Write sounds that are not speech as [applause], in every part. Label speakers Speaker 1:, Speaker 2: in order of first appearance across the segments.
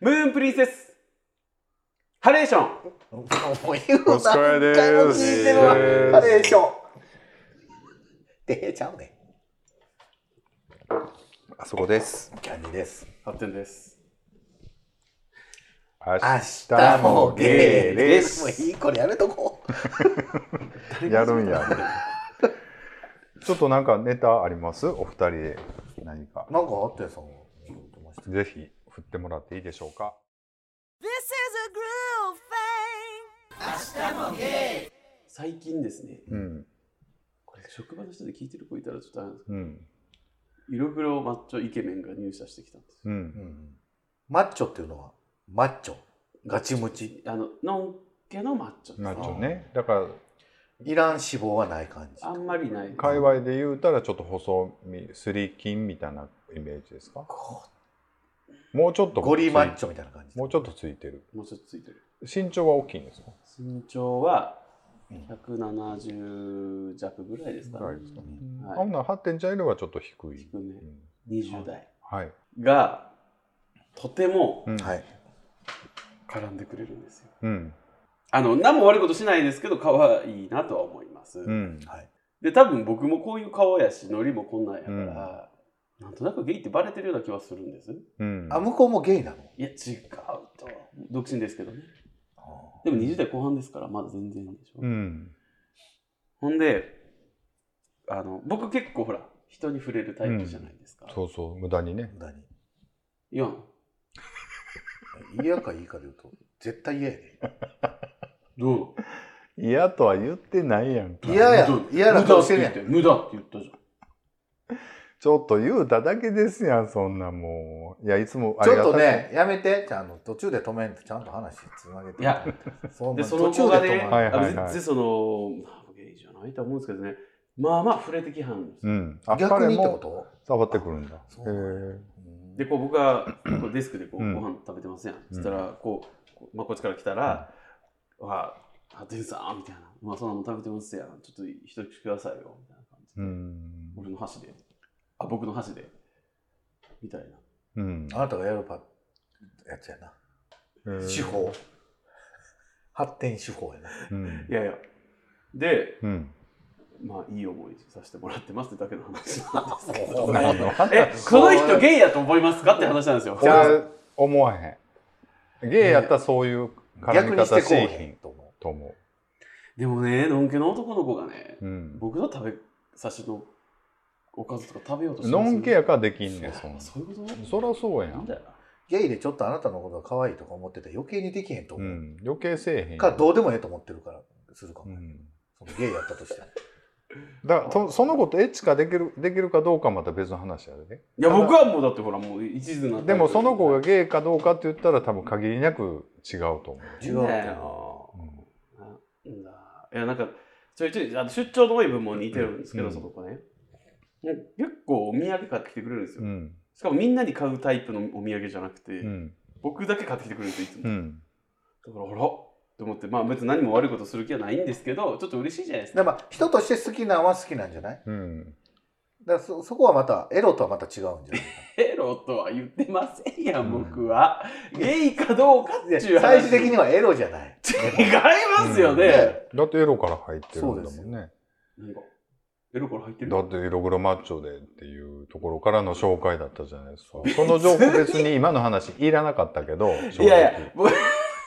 Speaker 1: ムーンプリンセスハレーション
Speaker 2: もう言う
Speaker 3: お疲れです
Speaker 2: 聞いてるわ。ハレーション。で、ちゃうね。
Speaker 3: あそこです。
Speaker 2: キャンディです。
Speaker 1: ハッテンです。
Speaker 3: 明
Speaker 2: 明
Speaker 3: 日
Speaker 2: 日
Speaker 3: も
Speaker 2: も
Speaker 3: ゲ
Speaker 2: ゲ
Speaker 3: ー
Speaker 2: ー
Speaker 3: で
Speaker 2: です。
Speaker 3: す
Speaker 2: もう。いい、これやめとこう。
Speaker 3: やるんや。ちょっとなんかネタありますお二人で何か。
Speaker 2: なんかあってさ。
Speaker 3: ぜひ振ってもらっていいでしょうか。
Speaker 4: This is a groove thing.
Speaker 1: 最近ですね、
Speaker 3: うん。
Speaker 1: これ職場の人で聞いてる子いたらちょっとあれなんですけ
Speaker 3: うん。
Speaker 1: ど、色黒マッチョイケメンが入社してきたんですよ。
Speaker 3: う。
Speaker 2: うんん。マッチョっていうのは、マッチョ。ガチムチ。
Speaker 1: あの、のんけのマッチョです
Speaker 3: なっちゃうね。だか
Speaker 2: い
Speaker 3: ら、
Speaker 2: らん脂肪はない感じ。
Speaker 1: あんまりない。
Speaker 3: 界隈で言うたらちょっと細身、すり筋みたいなイメージですか
Speaker 2: こ
Speaker 3: もうちょっ
Speaker 2: う
Speaker 3: と。
Speaker 2: ゴリマッチョみたいな感じ。
Speaker 3: もうちょっとついてる。
Speaker 1: もうちょっとついてる。
Speaker 3: 身長は大きいんですか
Speaker 1: 身長は
Speaker 2: うん
Speaker 1: 170弱ぐらいですか
Speaker 3: ぐら
Speaker 1: ね
Speaker 3: いです。か
Speaker 2: うん
Speaker 3: あんな8点ちゃんよりはちょっと低い。
Speaker 1: 低め
Speaker 3: うん
Speaker 1: 20代
Speaker 3: はい。
Speaker 1: が、とても
Speaker 3: うん
Speaker 2: はい。
Speaker 1: 絡んでくれるんですよ。
Speaker 3: うん。
Speaker 1: あの、何も悪いことしないですけど、可愛いなとは思います。
Speaker 3: うん。
Speaker 2: はい。
Speaker 1: で、多分僕もこういう顔やし、ノリもこんなんやから、なんとなくゲイってバレてるような気はするんです。
Speaker 3: うん。
Speaker 2: あ、向こうもゲイなの
Speaker 1: いや、違うと。独身ですけどね。でも20代後半ですから、まだ全然でしょ。
Speaker 3: うん。
Speaker 1: ほんで、あの、僕結構ほら、人に触れるタイプじゃないですか。
Speaker 3: そうそう、無駄にね。
Speaker 2: 無駄に。
Speaker 1: いやん。
Speaker 2: 嫌かいいかで言うと、絶対嫌やね。
Speaker 1: どうなの
Speaker 3: 嫌とは言ってないやんか。
Speaker 2: 嫌や。嫌な
Speaker 1: 無駄
Speaker 2: 顔
Speaker 1: っ
Speaker 2: して
Speaker 1: て
Speaker 2: る
Speaker 1: 言って、無
Speaker 2: やん。
Speaker 1: 駄って言ったじゃん。
Speaker 3: ちょっと言うただけですやん、そんなもう。いや、いつもあ
Speaker 2: ちょ
Speaker 3: りが
Speaker 2: った
Speaker 3: い
Speaker 2: と。ね、やめて、ちゃんと途中で止めんと、ちゃんと話つなげて。
Speaker 1: いや、
Speaker 2: そん
Speaker 1: で、
Speaker 2: な
Speaker 1: その
Speaker 2: 途
Speaker 1: 子
Speaker 2: 中
Speaker 1: が
Speaker 2: で
Speaker 1: ね、
Speaker 2: 止めん。
Speaker 3: はいはいはい
Speaker 1: あの全然その、まあ、ゲイじゃないとは思うんですけどね、まあまあ触れてきはんです。
Speaker 3: うん。あっぱ
Speaker 2: 逆
Speaker 3: れ
Speaker 2: にって
Speaker 3: も
Speaker 2: こ
Speaker 3: 触ってくるんだ。
Speaker 2: そう
Speaker 3: へ
Speaker 2: と
Speaker 1: で、こう僕がこうデスクでこう
Speaker 3: うん
Speaker 1: ご飯食べてますやん。
Speaker 3: ん
Speaker 1: そしたら、こう、こうまあ、こっちから来たら、わあ、ハッテンさんみたいな、まあそんなの食べてますやん。ちょっと一口くださいよ、みたいな感じ
Speaker 3: え。う
Speaker 1: で。
Speaker 3: ん。
Speaker 1: 俺の箸で。あ、僕の箸で。みたいな。
Speaker 3: うん。
Speaker 2: あなたがやるパやつやな。
Speaker 3: へえ
Speaker 2: 手。法。発展手法やな。
Speaker 3: うん
Speaker 1: い。やいや。で、
Speaker 3: うん。
Speaker 1: まあいい思いさせてもらってますってだけの話なんですけど。
Speaker 3: 何の [laughs] 話
Speaker 1: え、この人ゲイだと思いますかって話なんですよ。
Speaker 3: 俺は思わへん。ゲイやったらそういう絡
Speaker 2: 逆
Speaker 3: み
Speaker 2: にし
Speaker 3: 方
Speaker 2: て
Speaker 3: し
Speaker 2: こう
Speaker 3: い
Speaker 2: へ
Speaker 3: ひ
Speaker 2: ん
Speaker 3: ん
Speaker 2: と思
Speaker 3: と思
Speaker 1: でもね、のんけの男の子がね、
Speaker 3: う。うん。
Speaker 1: 僕の食べさしのおかずとか食べようとして
Speaker 3: ノンケやからできんねん、そ
Speaker 1: そ
Speaker 3: んな。
Speaker 1: そういうこと
Speaker 3: そらそうや
Speaker 1: なん
Speaker 3: ん
Speaker 1: だ。よな。
Speaker 2: う。ゲイでちょっとあなたのことが可愛いとか思ってて余計にできへんと
Speaker 3: う
Speaker 2: 思う。
Speaker 3: ん。余計せえへんやん。
Speaker 2: からどうでもええと思ってるから、するか
Speaker 3: う
Speaker 2: も。
Speaker 3: ん
Speaker 2: そのゲイやったとしても。
Speaker 3: だからそそのことエッチかできるできるかどうかはまた別の話やでね
Speaker 1: いや、僕はもうだってほら、もう一途な。
Speaker 3: でもその子がゲイかどうかって言ったら多分限りなく違うと思
Speaker 2: 違
Speaker 1: 違
Speaker 2: う
Speaker 1: う
Speaker 2: って
Speaker 1: よ。なんだ。いや、なんか、ちょいちょい、あの出張の多い分も似てるんですけど、
Speaker 3: うん
Speaker 1: その子ね。ね結構お土産買ってきてくれるんです
Speaker 3: う。
Speaker 1: よ、
Speaker 3: うん。
Speaker 1: しかもみんなに買うタイプのお土産じゃなくて、
Speaker 3: うん。
Speaker 1: 僕だけ買ってきてくれるといつも、
Speaker 3: うん。
Speaker 1: だからあらと思ってまあ別に何も悪いことする気はないんですけどちょっと嬉しいじゃないですか
Speaker 2: でまあ人として好きなんは好きなんじゃないだか
Speaker 3: うん。
Speaker 2: らそそこはまた、エロとはまた違うん
Speaker 3: [laughs]
Speaker 2: じゃない
Speaker 1: [laughs] エロとは言ってませんやん、
Speaker 3: うん
Speaker 1: 僕は。ゲイかどうかって
Speaker 2: で
Speaker 1: いう
Speaker 2: 最
Speaker 1: 話。
Speaker 2: 終的にはエロじゃない。
Speaker 1: 違いますよね。
Speaker 3: だってエロから入ってるんだもんね。
Speaker 1: なんか、エロから入ってる
Speaker 3: だってエログロマッチョでっていうところからの紹介だったじゃないですか。その情報別に今の話 [laughs] いらなかったけど、正直
Speaker 1: いやいや、僕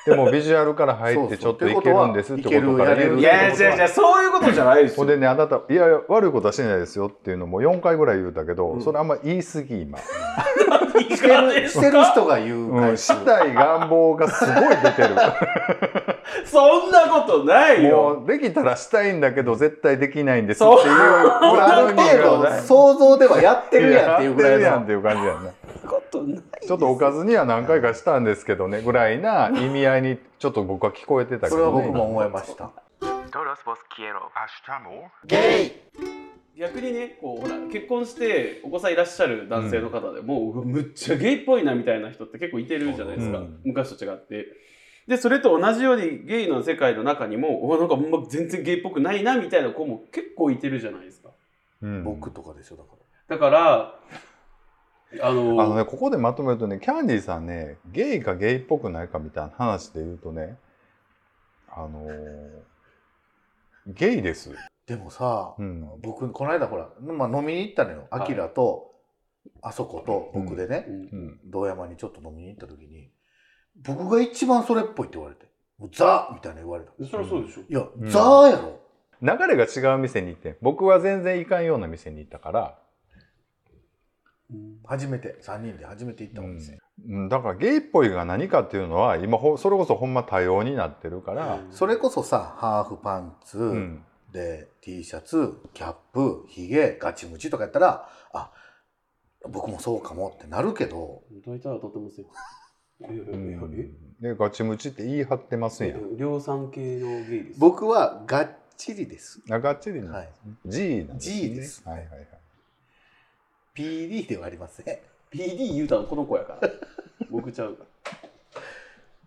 Speaker 3: で [laughs] もビジュアルから入っ
Speaker 2: そ
Speaker 3: て
Speaker 2: う
Speaker 3: ち
Speaker 2: そ
Speaker 3: ょ
Speaker 2: う
Speaker 3: っといけるんですってことから言
Speaker 2: い
Speaker 3: うっ
Speaker 1: い
Speaker 3: てこ
Speaker 1: やい
Speaker 3: とは
Speaker 1: やいや、そういうことじゃないです
Speaker 3: ほん
Speaker 1: よ。
Speaker 3: でね、あなた、いやいや、悪いことはしてないですよっていうのも4回ぐらい言うたけど、
Speaker 1: うん
Speaker 3: それあんま言い過ぎ、今。
Speaker 2: してるしてる人が言う
Speaker 3: うん、
Speaker 2: 回
Speaker 3: し
Speaker 2: 数。
Speaker 3: たい願望がすごい出てる。
Speaker 1: そんなことないよ。
Speaker 3: もう、できたらしたいんだけど、絶対できないんですって
Speaker 1: そ
Speaker 3: いうう。
Speaker 2: もうある程度想像ではやってるやんっていうぐらい
Speaker 3: やんっ
Speaker 2: の
Speaker 3: ていう感じやんな。
Speaker 1: そんなことないです。
Speaker 3: ちょっとおかずには何回かしたんですけどね、ぐらいな意味合いに、ちょっと僕は聞こえてたけど、ね。
Speaker 2: それは僕も思いました
Speaker 1: 逆にね、こう、ほら、結婚してお子さんいらっしゃる男性の方でもう、うわむっちゃゲイっぽいなみたいな人って結構いてるじゃないですか。
Speaker 3: うん
Speaker 1: 昔と違って。で、それと同じようにゲイの世界の中にも、うわなんかほんま全然ゲイっぽくないなみたいな子も結構いてるじゃないですか。
Speaker 3: うん、
Speaker 2: 僕とかでしょだか
Speaker 1: だから、あの
Speaker 3: あのね、ここでまとめるとね、キャンディーさんね、ゲイかゲイっぽくないかみたいな話で言うとね、あのーゲイです。
Speaker 2: でもさ、
Speaker 3: うん。
Speaker 2: 僕この間ほら、まあ、飲みに行ったのよ
Speaker 1: はい
Speaker 2: アキラとあそこと僕でね
Speaker 1: う、ん
Speaker 3: うん。
Speaker 2: 堂山にちょっと飲みに行った時に僕が一番それっぽいって言われて「もうザ!」みたいな言われた「い
Speaker 1: そりゃそうでしょ。
Speaker 2: や、
Speaker 3: うん
Speaker 2: ザーやろ
Speaker 3: 流れが違う店に行って、僕は全然行かんような店に行ったから、
Speaker 2: 初めて3人で初めて行ったお店、
Speaker 3: うん、だからゲイっぽいが何かっていうのは、今ほ、それこそほんま多様になってるから、
Speaker 2: それこそさハーフパンツ、
Speaker 3: うん
Speaker 2: で T シャツキャップひげガチムチとかやったらあ僕もそうかもってなるけど
Speaker 1: 大体は当たってますよ。いやいや
Speaker 3: う
Speaker 1: いやえ
Speaker 3: んでガチムチって言い張ってますやん。
Speaker 1: 量産系のゲイです。
Speaker 2: 僕はがっちりです
Speaker 3: あガチでね、
Speaker 2: はい
Speaker 3: G なんです、ね。
Speaker 2: G です
Speaker 3: はいはいはい。
Speaker 2: PD ではありません
Speaker 1: PD 言うたのこの子やから。 [laughs] 僕ちゃうから。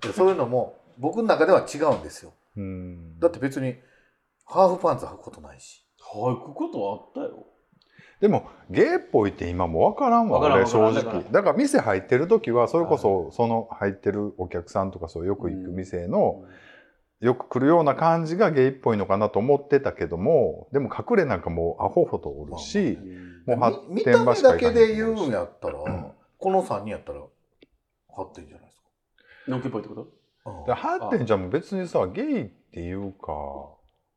Speaker 2: でそういうのも僕の中では違うんですよ
Speaker 3: うん。
Speaker 2: だって別にハーフパンツ履くことないし
Speaker 1: はい、くことはあったよ。
Speaker 3: でもゲイっぽいって今もう分からんわ
Speaker 1: 分からん
Speaker 3: 俺正
Speaker 1: 分
Speaker 3: 直
Speaker 1: か
Speaker 3: だ
Speaker 1: らん
Speaker 3: か
Speaker 1: だ
Speaker 3: ら店入ってる時はそれこそその入ってるお客さんとかそうよく行く店のよく来るような感じがゲイっぽいのかなと思ってたけどもでも隠れなんかもうアホほどおるし
Speaker 1: うん
Speaker 3: もう発
Speaker 2: み見た
Speaker 3: 展場
Speaker 2: 目
Speaker 3: しか
Speaker 2: だ
Speaker 3: 行か
Speaker 2: け
Speaker 3: ない
Speaker 2: で言うんやったら、この3人やったら張ってんじゃないです
Speaker 1: のっけっぽいってこと
Speaker 2: か、
Speaker 3: でハッテンちゃんも別にさゲイっていうか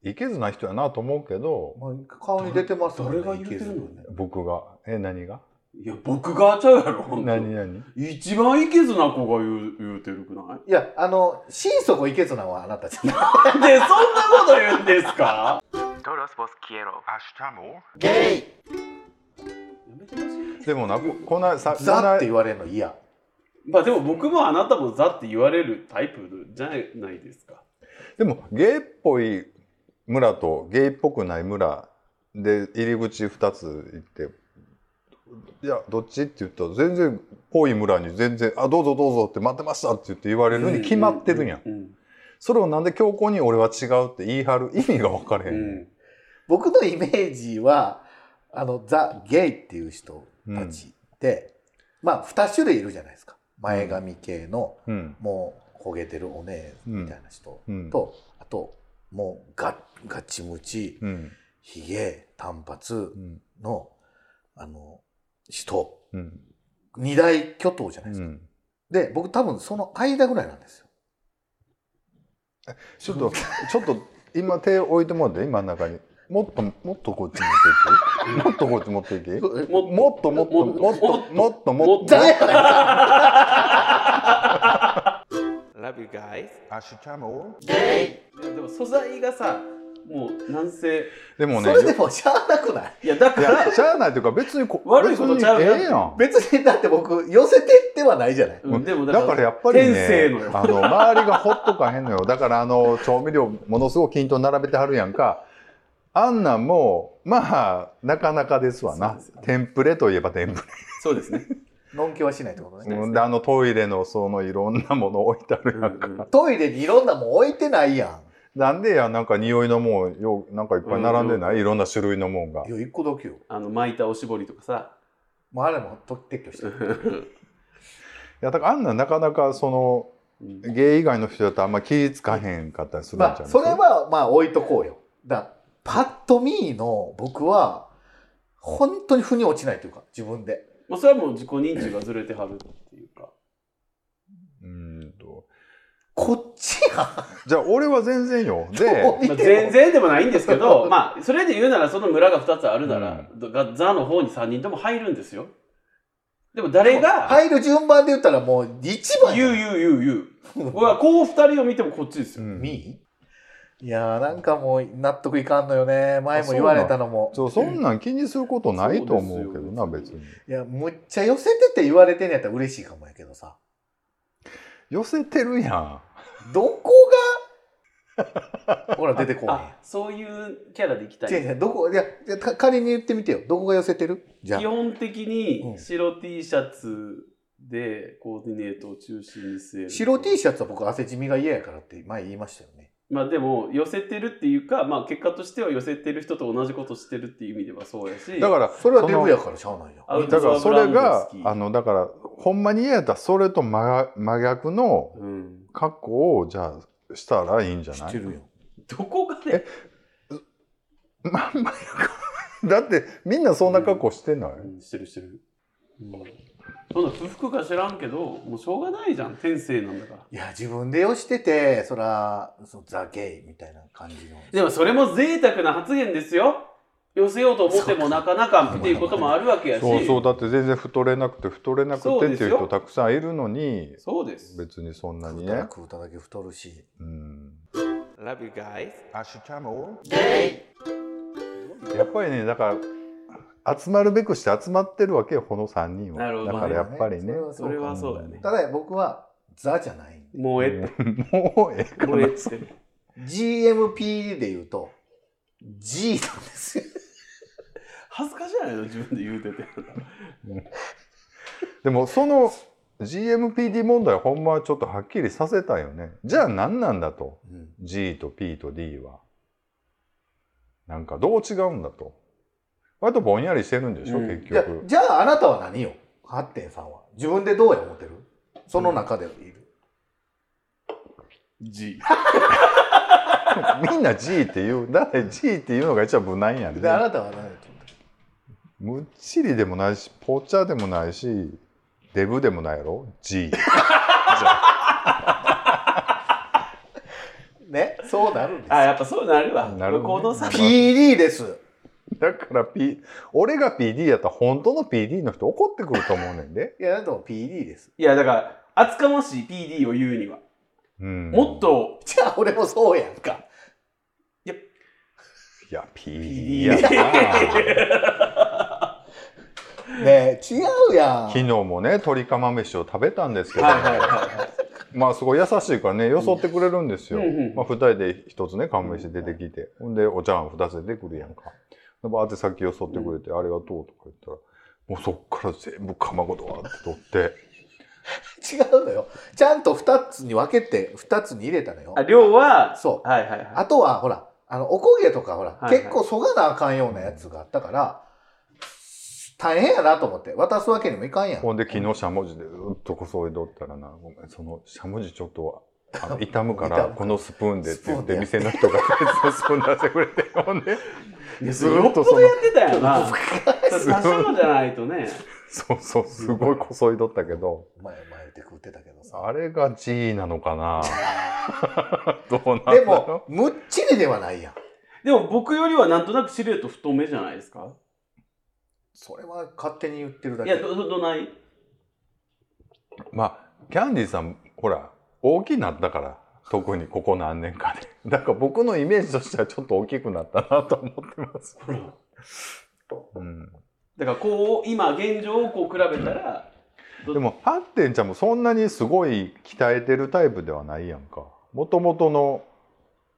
Speaker 3: いけずな人やなと思うけど
Speaker 2: うんまあ、顔に出てますもん
Speaker 1: 誰が言ってるの
Speaker 2: いけず
Speaker 3: 僕がえ何が
Speaker 1: いや、僕がちゃうやろ、ほんと
Speaker 3: 何何
Speaker 1: 一番いけずな子が言う言うてるく [laughs] ない
Speaker 2: いやあの心底いけずなのはあなたじゃない
Speaker 1: で、そんなこと言うんですか
Speaker 2: ゲイ
Speaker 1: やめてほしい。
Speaker 3: でもなここないさこ
Speaker 2: ザ
Speaker 3: な
Speaker 2: って言われるの嫌
Speaker 1: まあでも僕もあなたもザって言われるタイプじゃないですか。
Speaker 3: でもゲイっぽい村とゲイっぽくない村で入り口2つ行って「いやどっち?」って言ったら全然ぽい村に全然「あどうぞどうぞ」って待ってましたって言って言われるに決まってるんや、ん
Speaker 1: うん。うん
Speaker 3: それをなんで強硬に「俺は違う」って言い張る意味が分からへ、
Speaker 1: うんん
Speaker 2: 僕のイメージはあのザ・ゲイっていう人たちで、まあ2種類いるじゃないですか前髪系の、
Speaker 3: うん
Speaker 2: もう焦げてるお姉みたいな人
Speaker 3: うん
Speaker 2: と、あともうガッガチムチ
Speaker 3: うん
Speaker 2: ひげ短髪
Speaker 3: うん
Speaker 2: のあの人
Speaker 3: うん
Speaker 2: 二大巨頭じゃな
Speaker 3: う
Speaker 2: いですか、
Speaker 3: ん
Speaker 2: で僕多分その間ぐらいなんですよ
Speaker 3: ちょっとちょっと今手置いてもらって今中にもっともっとこっち持っていけもっとこっち持っていけ
Speaker 2: え
Speaker 1: も
Speaker 3: もっともっともっともっともっと
Speaker 2: ザやないか
Speaker 1: Love you guys.
Speaker 3: 明日も
Speaker 1: でも素材がさ、もうなんせ。
Speaker 3: でも
Speaker 2: そ
Speaker 3: ね
Speaker 2: れでもしゃあなくない
Speaker 1: いや、だ
Speaker 3: い
Speaker 1: から、
Speaker 3: やしゃあないというか別にこ
Speaker 1: 悪いことちゃう
Speaker 3: 別
Speaker 1: よ
Speaker 3: にええやん
Speaker 2: 別にだって僕寄せてってはないじゃない
Speaker 1: うんでも
Speaker 3: だからやっぱりね
Speaker 1: 天性のよ。
Speaker 3: あの周りがほっとかへんのよだからあの調味料ものすごく均等に並べてはるやんかあんなんもまあなかなかですわ
Speaker 1: そう
Speaker 3: な
Speaker 1: ですよ
Speaker 3: テンプレといえばテンプ
Speaker 1: そうですね。
Speaker 2: のんきはしないってことね、
Speaker 3: レであのトイレのそのいろんなもの置いてあるやんか、
Speaker 1: うんうん
Speaker 2: トイレにいろんなもん置いてないや
Speaker 3: なんでやなんか匂いのもんようなんかいっぱい並んでない、いろんな種類のもんが
Speaker 2: んいや一個だけよ
Speaker 1: あの巻いたおしぼりとかさ。
Speaker 2: もうあれもと撤去してる
Speaker 3: いやだからあんなんなかなかその
Speaker 1: うん
Speaker 3: 芸以外の人だとあんま気つかへんかったりするんじゃ
Speaker 2: ま
Speaker 3: な
Speaker 2: あ
Speaker 3: い
Speaker 2: それはまあ置いとこうよだパッと見の僕は本当に腑に落ちないというか自分で
Speaker 1: まあ、それはもう自己認知がずれてはるっていうか。
Speaker 3: うーんと
Speaker 2: こっちや
Speaker 3: じゃあ俺は全然よ。
Speaker 2: ん
Speaker 3: で
Speaker 2: と、
Speaker 1: まあ
Speaker 2: 見ても
Speaker 1: 全然でもないんですけど、 [laughs] まあ、それで言うなら、その村が2つあるなら、がザの方に3人とも入るんですよ。でも誰が、
Speaker 2: 入る順番で言ったらもう一番
Speaker 1: 言う
Speaker 2: やん
Speaker 1: 言う言う言う。僕はこう2人を見てもこっちです
Speaker 3: う
Speaker 1: よ。
Speaker 3: ん
Speaker 2: みいやーなんかもう納得いかんのよね前も言われたのも
Speaker 3: そうそんなん気にすることないと思うけどな
Speaker 1: そうです
Speaker 3: 別
Speaker 1: よ
Speaker 3: に。
Speaker 2: いやむっちゃ寄せてって言われてんやったら嬉しいかもやけどさ
Speaker 3: 寄せてるやん。
Speaker 2: どこがほら出てこ
Speaker 1: あ
Speaker 2: な、
Speaker 1: そういうキャラでいきた
Speaker 2: い違う
Speaker 1: い。
Speaker 2: 違うどこいやじゃあか仮に言ってみてよどこが寄せてるじゃあ
Speaker 1: 基本的
Speaker 2: う
Speaker 1: に
Speaker 2: ん
Speaker 1: 白 T シャツでコーディネートを中心に据える。
Speaker 2: 白 T シャツは僕汗染みが嫌やからって前言いましたよね
Speaker 1: まあでも寄せてるっていうか、まあ、結果としては寄せてる人と同じことしてるっていう意味ではそうやし
Speaker 3: だから
Speaker 2: それは
Speaker 3: そ
Speaker 2: デ
Speaker 3: の
Speaker 2: ブやからしゃあないやん
Speaker 1: アウ
Speaker 3: だ
Speaker 1: ト
Speaker 3: か
Speaker 1: ド
Speaker 3: ら
Speaker 1: アブ
Speaker 3: そ
Speaker 1: ラ
Speaker 3: れ
Speaker 1: ンドが
Speaker 3: が
Speaker 1: 好き
Speaker 3: あのだからほんまに嫌やったらそれと真が真逆の
Speaker 1: うん、
Speaker 3: 格好をじゃあしたらいいんじゃ
Speaker 2: 知
Speaker 3: な
Speaker 2: って
Speaker 3: い
Speaker 2: るよ
Speaker 1: どこがね
Speaker 3: まんまやだってみんなそんな格好してない、
Speaker 1: うんしてるしてる、うん、そんな不服か知らんけどもうしょうがないじゃん天性なんだから
Speaker 2: いや自分でよしててそらそのザ・ゲイみたいな感じの
Speaker 1: でもそれも贅沢な発言ですよ寄せようと思ってもなかなかっていうこともあるわけやし
Speaker 3: そうそうだって全然太れなくて太れなくてっていう
Speaker 1: そうですよ
Speaker 3: 人たくさんいるのに
Speaker 1: そうです
Speaker 3: 別にそんな
Speaker 2: 食う
Speaker 3: に
Speaker 2: たら
Speaker 3: ね、
Speaker 2: 食うただけ太るし
Speaker 3: うん、
Speaker 1: Love you guys
Speaker 3: やっぱりねだから集まるべくして集まってるわけよこの3人は
Speaker 1: なるほど
Speaker 3: だからやっぱりね
Speaker 1: それはそうだね
Speaker 2: ただ僕はザじゃない
Speaker 1: もうえ
Speaker 3: も [laughs] うええ
Speaker 1: えもうええっつって
Speaker 2: GMP で言うと G なんですよ
Speaker 1: 恥ずかしいないの自分で言うてて
Speaker 3: でもその GMPD 問題はほんまはちょっとはっきりさせたいよねじゃあ何なんだと G と P と D はなんかどう違うんだと割とぼんやりしてるんでしょ、
Speaker 1: うん
Speaker 3: 結
Speaker 2: じゃあ
Speaker 3: 局
Speaker 2: じゃああなたは何よハッテンさんは自分でどうや思ってるその中でいる、
Speaker 1: G
Speaker 3: みんな G って言うだって G っていうのが一番無難やん
Speaker 2: であ
Speaker 3: ね
Speaker 2: なたは何やと思ってる
Speaker 3: むっちりでもないしポチャでもないしデブでもないやろ
Speaker 1: [laughs]
Speaker 3: G
Speaker 2: ねそうなるんですよ
Speaker 1: あやっぱそうなるわ
Speaker 3: なるね
Speaker 1: 向こうのさ
Speaker 2: PD です
Speaker 3: だから P 俺が PD やったら本当の PD の人怒ってくると思うねんで、
Speaker 2: いやあなたも PD です [laughs]
Speaker 1: いやだから厚かましい PD を言うには
Speaker 3: うん、
Speaker 1: もっと
Speaker 2: じゃあ俺もそうやんか
Speaker 3: いや PD
Speaker 1: PD
Speaker 3: やな
Speaker 2: ねえ違うやん
Speaker 3: 昨日もね鶏釜飯を食べたんですけど、
Speaker 1: はいはいはいはい
Speaker 3: まあすごい優しいからねよそってくれるんですよ、
Speaker 1: うんうんうん
Speaker 3: まあ、2人で1つね釜飯出てきて、ほんでお茶碗2つ出てくるやんかでバーってさっきよそってくれて、ありがとう」とか言ったらもうそっから全部釜ごとわーって取って
Speaker 2: 違うのよちゃんと2つに分けて2つに入れたのよ
Speaker 1: あ量は
Speaker 2: そう
Speaker 1: はいはいはい
Speaker 2: あとはほらあのおこげとかほら、
Speaker 1: いはい
Speaker 2: 結構そがなあかんようなやつがあったから大変やなと思って渡すわけにもいかんやん
Speaker 3: ほんで昨日しゃもじでずっとこそいどったらな「ごめんそのしゃもじちょっとあの傷むか
Speaker 2: 傷
Speaker 3: ら
Speaker 2: む
Speaker 3: このスプーンで」って言って
Speaker 2: スプ
Speaker 3: 店の人が [laughs] 別のスプーン出してくれてほんで
Speaker 1: いや
Speaker 3: ず
Speaker 1: それよ
Speaker 3: っ
Speaker 1: っ
Speaker 3: と
Speaker 1: ぽ
Speaker 3: そ
Speaker 1: ど
Speaker 3: の
Speaker 1: やってたよな多少じゃないとね
Speaker 3: そうそうすごいこそいどったけど
Speaker 2: 前前で食ってたけどさ
Speaker 3: あれが G なのかなどうなんだろ
Speaker 2: で
Speaker 3: う
Speaker 2: もむっちりではないやん
Speaker 1: でも僕よりはなんとなくシルエット太めじゃないですか
Speaker 2: それは勝手に言ってるだ
Speaker 1: い
Speaker 2: け
Speaker 1: やどどどない
Speaker 3: まあキャンディーさんほら大きくなったから特にここ何年かで [laughs] だから僕のイメージとしてはちょっと大きくなったなと思ってます、
Speaker 1: ほら
Speaker 3: うん、
Speaker 1: だからこう今現状をこう比べたら
Speaker 3: でもハッテンちゃんもそんなにすごい鍛えてるタイプではないやんかもともとの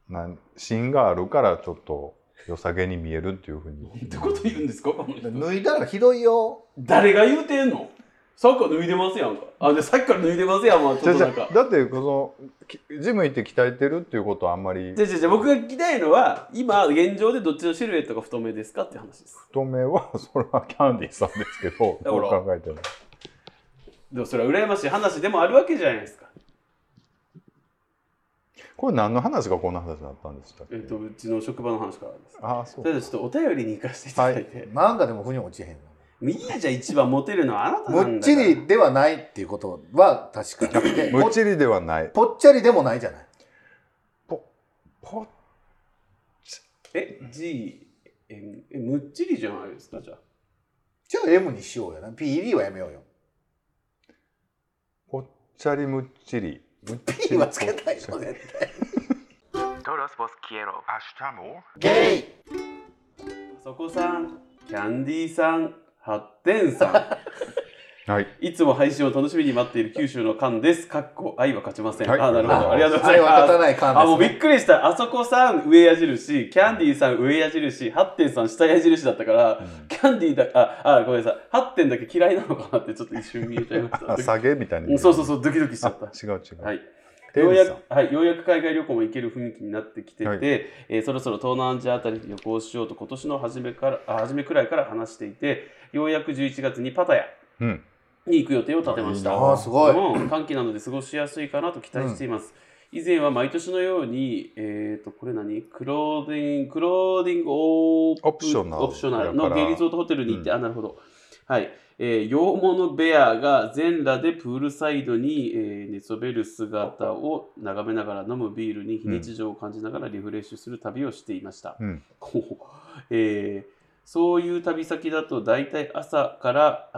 Speaker 3: なん芯があるからちょっと良さげに見えるっていうふうに
Speaker 1: ってこと言うんですかこ [laughs] の人
Speaker 2: 脱いだらひどいよ
Speaker 1: 誰が言うてんのさっきから脱いでますやんかあでさっきから脱いでますやんまあち
Speaker 3: じ
Speaker 1: ょ
Speaker 3: ゃ
Speaker 1: っ
Speaker 3: あ
Speaker 1: と
Speaker 3: じ
Speaker 1: なんか
Speaker 3: ゃあだってこのきジム行って鍛えてるっていうことはあんまり
Speaker 1: じゃあじゃあじゃあ僕が聞きたいのは今現状でどっちのシルエットが太めですかって話です
Speaker 3: 太めはそれはキャンディーさんですけど
Speaker 1: ら
Speaker 3: どう考えても
Speaker 1: でもそれは羨ましい話でもあるわけじゃないですか
Speaker 3: これ何の話がこんな話になったんでしたっけ
Speaker 1: えっとうちの職場の話からです
Speaker 3: ああそう
Speaker 1: それではちょっとお便りに行かせていただいて、
Speaker 2: なんかでも腑に落ちへん
Speaker 1: いいじゃん一番モテるのはあなたなんだ
Speaker 2: の
Speaker 1: から
Speaker 2: むっちりではないっていうことは確かにで
Speaker 3: む
Speaker 2: ぽ
Speaker 3: っちりではない
Speaker 2: ぽっちゃりでもないじゃない
Speaker 3: ぽぽ
Speaker 1: え G ええむっちりじゃないですかじゃあ
Speaker 2: じゃあ M にしようやな PD はやめようよ
Speaker 3: ぽっちゃりむっちり
Speaker 2: P はつけないよね
Speaker 5: Todos vos quiero. Hasta more.
Speaker 2: ゲイ
Speaker 1: あそこさんキャンディーさん発展
Speaker 2: [laughs]
Speaker 1: さ
Speaker 3: はい
Speaker 1: んいつも配信を楽しみに待っている九州の缶ですかっこ愛は勝ちません、
Speaker 3: はい
Speaker 1: あなるほどありがとうご
Speaker 2: あ
Speaker 1: ざ
Speaker 2: れ
Speaker 1: い
Speaker 2: は
Speaker 1: ま
Speaker 2: 勝
Speaker 1: す
Speaker 2: たない感
Speaker 1: あもうび
Speaker 2: です、
Speaker 1: っ
Speaker 2: ね、
Speaker 1: くりしたあそこさん上矢印キャンディーさん上矢印ハッテンさん下矢印だったから、キャンディーだああごめんなさいハッテンだけ嫌いなのかなってちょっと一瞬見えちゃいまし
Speaker 2: [laughs]
Speaker 3: あ
Speaker 1: た
Speaker 3: 下げみたいな
Speaker 1: そうそうそうドキドキしちゃった
Speaker 3: あ違う違う、
Speaker 1: はい
Speaker 3: テ
Speaker 1: よう
Speaker 3: イ
Speaker 1: や
Speaker 3: ルさん
Speaker 1: く、はい、ようやく海外旅行も行ける雰囲気になってきてて、
Speaker 3: はい
Speaker 1: えーそろそろ東南アジアあたりに旅行しようと今年の初めからあ初めくらいから話していてようやく11月にパタヤ
Speaker 3: うん
Speaker 1: に行く予定を立てました
Speaker 3: いい
Speaker 2: ああ、すごい。
Speaker 1: うん、短期なので過ごしやすいかなと期待しています、以前は毎年のように、えー、とこれ何クローディングクローディングオープ
Speaker 3: オプショナル
Speaker 1: オプショナル
Speaker 3: だ
Speaker 1: の
Speaker 3: から
Speaker 1: ゲリゾートホテルに行って、
Speaker 3: うん
Speaker 1: あなるほどはい、えー、羊毛のベアが全裸でプールサイドに、えー寝そべる姿を眺めながら飲むビールに非日常を感じながらリフレッシュする旅をしていました、
Speaker 3: うん
Speaker 1: こうえーそういう旅先だと大体朝から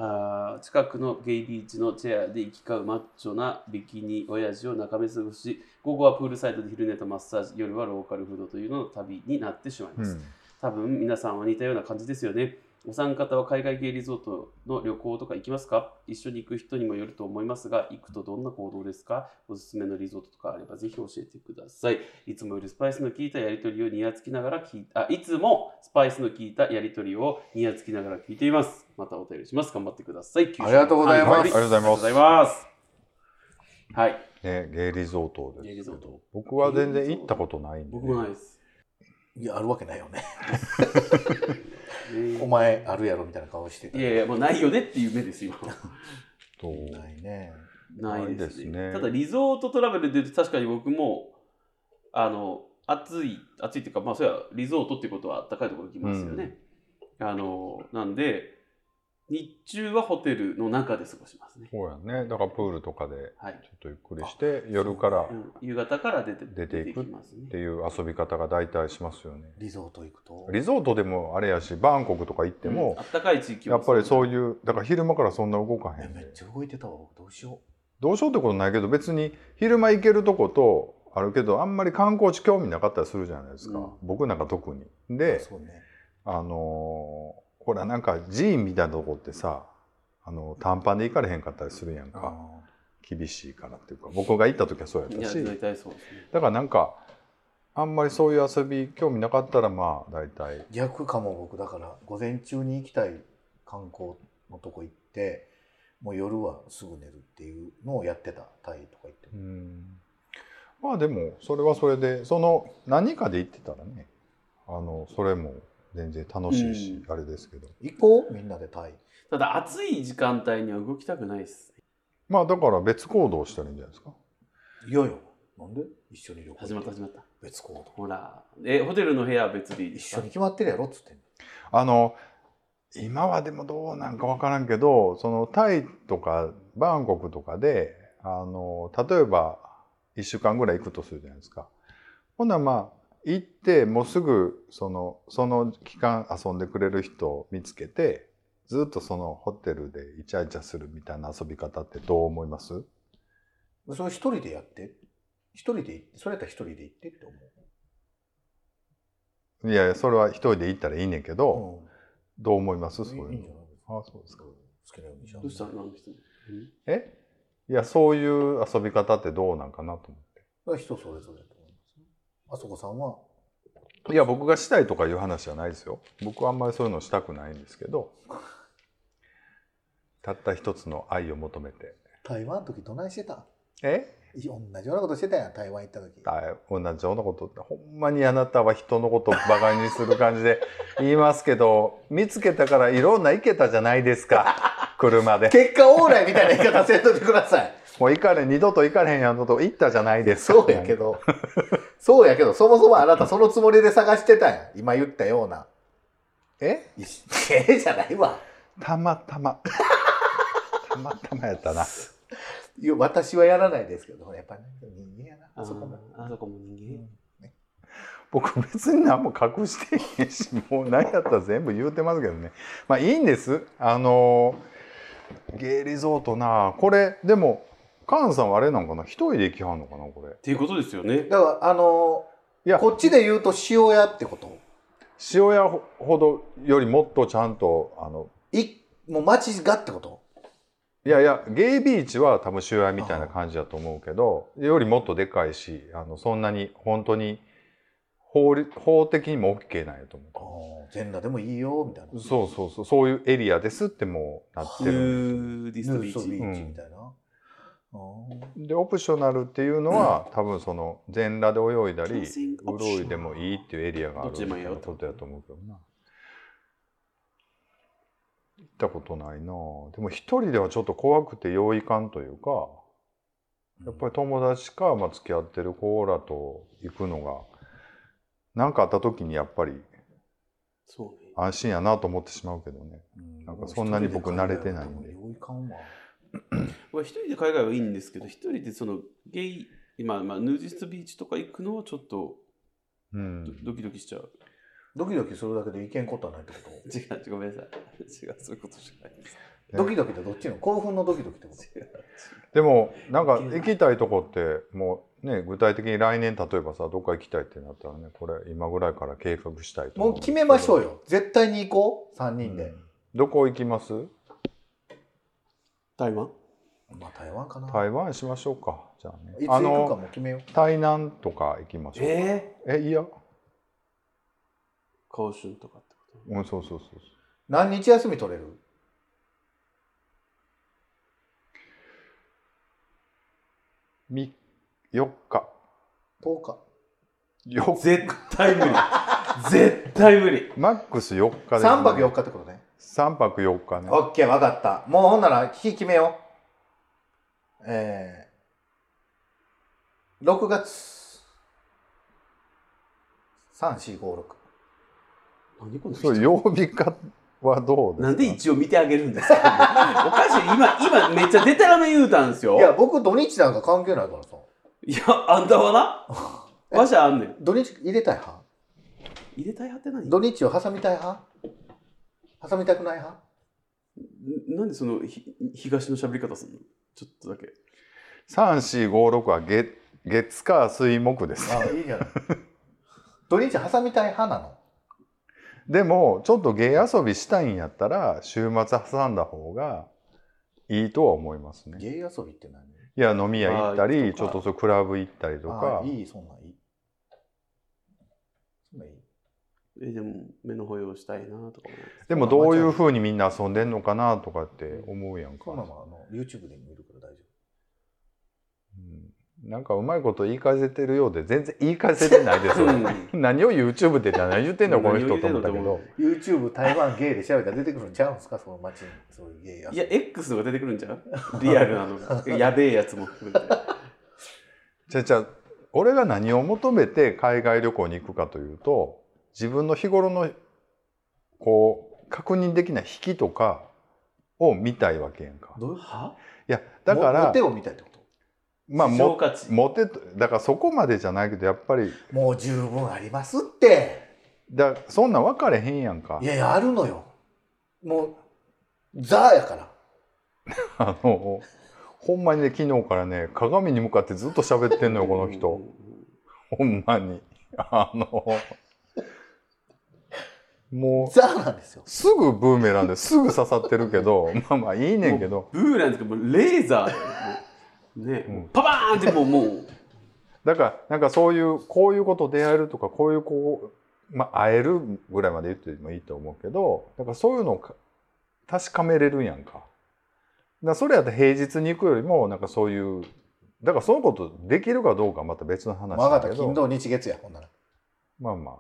Speaker 1: あー近くのゲイビーチのチェアで行き交うマッチョなビキニ親父を眺め過ごし午後はプールサイドで昼寝とマッサージ夜はローカルフードというのの旅になってしまいます、多分皆さんは似たような感じですよね。お三方は海外系リゾートの旅行とか行きますか一緒に行く人にもよると思いますが、行くとどんな行動ですかおすすめのリゾートとかあればぜひ教えてください。いつもよりスパイスの効いたやりとりをニヤつきながら聞いあ、いつもスパイスの効いたやりとりをニヤつきながら聞いています。またお便りします。頑張ってください。
Speaker 2: ありがとうございます
Speaker 1: は
Speaker 3: ありがとうござい
Speaker 1: ます。はい。
Speaker 3: ね、ゲイリゾートです
Speaker 1: ゲイリゾート
Speaker 3: 僕は全然行ったことないんで、ね、
Speaker 1: 僕もないです。
Speaker 2: いや、あるわけないよね。
Speaker 1: ね
Speaker 2: お前、あるやろみたいな顔してた
Speaker 1: いやいや、もうないよねっていう目です、今。
Speaker 3: と
Speaker 2: ないね。
Speaker 1: ないですね
Speaker 3: ないですね
Speaker 1: ただリゾートトラベルで言うと確かに僕もあの暑い暑いっていうかまあそれはリゾートってことは暖かいところ行きますよね、あのなんで日中はホテルの中で過ごしますね、
Speaker 3: そうやねだからプールとかで
Speaker 1: はい
Speaker 3: ちょっとゆっくりして夜から
Speaker 1: う
Speaker 3: っ
Speaker 1: ん、夕方から出て
Speaker 3: 出ていく
Speaker 1: きます
Speaker 3: て
Speaker 1: ね
Speaker 3: いう遊び方が大体しますよね
Speaker 2: リゾート行くと。
Speaker 3: リゾートでもあれやしバンコクとか行っても、
Speaker 1: うん暖かい地域
Speaker 3: やっぱりそう
Speaker 1: う
Speaker 3: いうだから昼間からそんな動かへ
Speaker 2: え
Speaker 3: ん
Speaker 2: めっ
Speaker 3: で
Speaker 2: ちゃ動いてたわ。僕どうしよ
Speaker 3: どうしようってことないけど別に昼間行けるとことあるけどあんまり観光地興味なかったりするじゃないですか、
Speaker 1: うん
Speaker 3: 僕なんか特に。
Speaker 2: う。
Speaker 3: で
Speaker 2: そうね。
Speaker 3: あのーほらなんか寺院みたいなとこってさあの短パンで行かれへんかったりするやんか
Speaker 2: あ
Speaker 3: 厳しいからっていうか僕が行った時はそうやっ
Speaker 1: い
Speaker 3: た
Speaker 1: や
Speaker 3: しだ
Speaker 1: 大
Speaker 3: か
Speaker 1: 体そうですね
Speaker 3: らなんかあんまりそういう遊び興味なかったらまあ大体
Speaker 2: ー逆かも僕、だから、午前中に行きたい観光のとこ行って、もう夜はすぐ寝るっていうのをやってた。タイとか行っても。
Speaker 3: うんまあでもそれはそれでその何かで行ってたらねあのそれも全然楽しいし、
Speaker 1: う
Speaker 3: あれですけど
Speaker 2: 行こうみんなでタイ。
Speaker 1: ただ暑い時間帯には動きたくないですね
Speaker 3: まあだから別行動したらいいんじゃないですか
Speaker 2: いやいや。なんで一緒に旅行
Speaker 1: 始まった
Speaker 2: 行
Speaker 1: 始まった
Speaker 2: 別行動。
Speaker 1: ほらえホテルの部屋は別でいいで
Speaker 2: 一
Speaker 1: すか
Speaker 2: 緒に決まってるやろっつってんの。
Speaker 3: あの今はでもどうなんか分からんけどそのタイとかバンコクとかであの例えば1週間ぐらい行くとするじゃないですか。ほんならまあ行ってもうすぐそのその期間遊んでくれる人を見つけてずっとそのホテルでイチャイチャするみたいな遊び方ってどう思います
Speaker 2: それ一人でやって。一人で行って、それやったら一人で行ってって
Speaker 3: いやいやそれは一人で行ったらいいねんけど、
Speaker 2: 思う。
Speaker 3: どう思います
Speaker 2: うん。
Speaker 3: そういうの。
Speaker 2: ない
Speaker 3: あそうですか
Speaker 2: 好きなようにじゃん
Speaker 1: どうした今の人
Speaker 3: えいやそういう遊び方ってどうなんかなと思って。
Speaker 2: は人それぞれだと思いますね。あそこさんは、
Speaker 3: いや僕がしたいとかいう話じゃないですよ僕はあんまりそういうのしたくないんですけどたった一つの愛を求めて
Speaker 2: 台湾の時どないしてたん
Speaker 3: え
Speaker 2: い同じようなことしてたやん、台湾行った時。
Speaker 3: あ同じようなことってほんまにあなたは人のことをバカにする感じで [laughs] 言いますけど見つけたからいろんな行けたじゃないで
Speaker 2: [laughs]
Speaker 3: すか車で
Speaker 2: 結果オーライみたいな言い方せんといてください。
Speaker 3: もう行かれ二度と行かれへんやんのと行ったじゃないですか
Speaker 2: そうやけど、そうやけど、そもそもあなたそのつもりで探してたやん。今言ったような。
Speaker 3: え
Speaker 2: いしええじゃないわ。
Speaker 3: たま
Speaker 2: [laughs]
Speaker 3: たまたまたまやったない
Speaker 2: や私はやらないですけど、やっぱり人間やな、あ
Speaker 1: あ
Speaker 2: そ
Speaker 1: そ
Speaker 2: こ
Speaker 1: こ
Speaker 2: も
Speaker 1: も。あそこも人間、
Speaker 3: 僕別に何も隠してへんし [laughs] もう何やったら全部言うてますけどねまあいいんですあのゲイリゾートなこれでもカンさんはあれなんかな一人で行きはんのかなこれ
Speaker 1: っていうことですよね。
Speaker 2: だから、あの
Speaker 3: いや
Speaker 2: こっちで言うと塩屋ってこと。
Speaker 3: 塩屋ほどよりもっとちゃんとあの
Speaker 2: いもう街がってこと
Speaker 3: いやいやゲイビーチは多分塩屋みたいな感じだと思うけどよりもっとでかいしあのそんなに本当に法律法的にも OK なんやと思
Speaker 2: ああ、全裸でもいいよ、みたいな。
Speaker 3: うそうそうそうそういうエリアですってもうなってるんですよ
Speaker 1: ディ
Speaker 2: ヌーソビ
Speaker 3: うん
Speaker 2: ーチみたいな。
Speaker 3: でオプショナルっていうのは、多分その全裸で泳いだり
Speaker 1: 全
Speaker 3: うろいでもいいっていうエリアがあ
Speaker 1: ど
Speaker 3: る
Speaker 1: っちでもいいよ
Speaker 3: みたなことやと思うけどな行ったことないなぁでも一人ではちょっと怖くて用意感というかやっぱり友達か、まあ、付き合ってる子らと行くのが何かあった時にやっぱり
Speaker 2: そうね。
Speaker 3: 安心やなと思ってしまうけどねなんかそんなに僕慣れてないんで
Speaker 2: 用意感は。
Speaker 1: まあ一人で海外はいいんですけど、一人でそのゲイ、今、まあ、ヌージストビーチとか行くのはちょっと
Speaker 3: う
Speaker 1: ド
Speaker 3: ん
Speaker 1: ドキドキしちゃう。
Speaker 2: ドキドキするだけでいけんことはないってこと
Speaker 1: 違う、ごめんなさい。違う、そういうことじゃないです。
Speaker 2: ドキドキってどっちの興奮のドキドキってこと
Speaker 1: 違う。
Speaker 3: でもなんか行きたいとこってもうね具体的に来年例えばさどっか行きたいってなったらねこれ今ぐらいから計画したいと思
Speaker 2: も
Speaker 3: ん
Speaker 2: う
Speaker 3: です
Speaker 2: 決
Speaker 3: け
Speaker 2: め
Speaker 3: ど
Speaker 2: ましょうよ。絶対に行こう。3人で。
Speaker 3: どこ行きます
Speaker 1: 台湾
Speaker 2: まあ台湾かな。
Speaker 3: 台湾しましょうかじゃあね
Speaker 2: いつ
Speaker 3: あ
Speaker 2: 行くか
Speaker 3: の
Speaker 2: も決めよう。
Speaker 3: 台南とか行きましょうえ
Speaker 1: え
Speaker 3: いや
Speaker 1: ー、カオシュンとかってこ
Speaker 3: うんそうそうそうそう
Speaker 2: 何日休み取れる
Speaker 3: み4日
Speaker 2: ?10 日。
Speaker 1: と絶対無理 [laughs] 絶対無理
Speaker 3: マックス4日です、
Speaker 2: 3泊4日ってことね。
Speaker 3: 3泊4日ね
Speaker 2: オッケー、わかった。もうほんなら、日決めよう。えー、6月。3、4、5、6。
Speaker 1: 何この
Speaker 3: そう
Speaker 1: 人
Speaker 3: 曜日化はどうですか
Speaker 1: なんで一応見てあげるんですか [laughs] おかしい今今めっちゃデタラメ言うたんですよ
Speaker 2: いや、僕土日なんか関係ないからさ。
Speaker 1: いやあんたは
Speaker 3: [laughs]
Speaker 1: なわしゃあんねん
Speaker 2: 土日入れたい派
Speaker 1: 入れたい派って何
Speaker 2: 土日を挟みたい派挟みたくない派
Speaker 1: んなんでそのひ東の喋り方すんのちょっとだけ
Speaker 3: 3456は月月火水木です
Speaker 2: ああ、いいじゃない。 [laughs] 土日挟みたい派なの。
Speaker 3: でもちょっと芸遊びしたいんやったら週末挟んだ方がいいとは思いますね。
Speaker 2: 芸遊びって何
Speaker 3: いや飲み屋行った
Speaker 1: あー
Speaker 3: り
Speaker 1: とか
Speaker 3: ちょっとそうクラブ行ったりと
Speaker 2: あ
Speaker 3: か
Speaker 2: あいい、そんなんいい。そんなんいい。
Speaker 1: えでも目の保養したいなとか思う
Speaker 3: でもどういうふうにみんな遊んでんのかなとかって思うやんか
Speaker 2: そんなんもあの YouTube で見るから大丈
Speaker 3: うんなんかうまいこと言い返せてるようで全然言い返せてないですよ
Speaker 2: [laughs]
Speaker 3: 何を YouTube で何言ってんのこの人と思ったけ
Speaker 1: 何を
Speaker 3: ど
Speaker 1: 言うてんのと思
Speaker 2: 夫。YouTube 台湾芸で調べたら出てくるんちゃうんですかその街に。そういう芸遊
Speaker 1: う
Speaker 2: び
Speaker 1: いや X とか出てくるんちゃうリアルなの
Speaker 3: [laughs]
Speaker 1: がやべえやつも含めて
Speaker 3: じゃあじゃあ俺が何を求めて海外旅行に行くかというと自分の日頃のこう確認できない引きとかを見たいわけやんか。い
Speaker 2: どういう
Speaker 1: は
Speaker 3: やだか
Speaker 2: も
Speaker 3: ら
Speaker 2: モテを見たいってこと
Speaker 3: まあ
Speaker 1: 希少
Speaker 3: も
Speaker 1: 価値
Speaker 3: モテとだからそこまでじゃないけどやっぱり
Speaker 2: もう十分ありますって。
Speaker 3: だそんなん分かれへんやんか
Speaker 2: い。やいや、あるのよ。もう、ザーやから。
Speaker 3: あのほんまにね昨日からね鏡に向かってずっと喋ってんのよこの人
Speaker 2: [laughs]
Speaker 3: ほんまに。あのもう
Speaker 2: ザーなんですよ。
Speaker 3: すぐブーメランですぐ刺さってるけど [laughs] まあまあいいねんけど
Speaker 1: ブーランですけどもうレーザーだよもうね、
Speaker 3: うん
Speaker 1: パパーンってもうもう
Speaker 3: だからなんかそういうこういうこと出会えるとかこういう子を、まあ、会えるぐらいまで言ってもいいと思うけどだからそういうのをか確かめれるやんかだからそれやったら平日に行くよりもなんかそういうだからそのことできるかどうかはまた別の話
Speaker 2: わか
Speaker 3: だ
Speaker 2: った、
Speaker 3: け
Speaker 2: 金
Speaker 3: ど
Speaker 2: 土日月や、ほんなら。
Speaker 3: まあまあ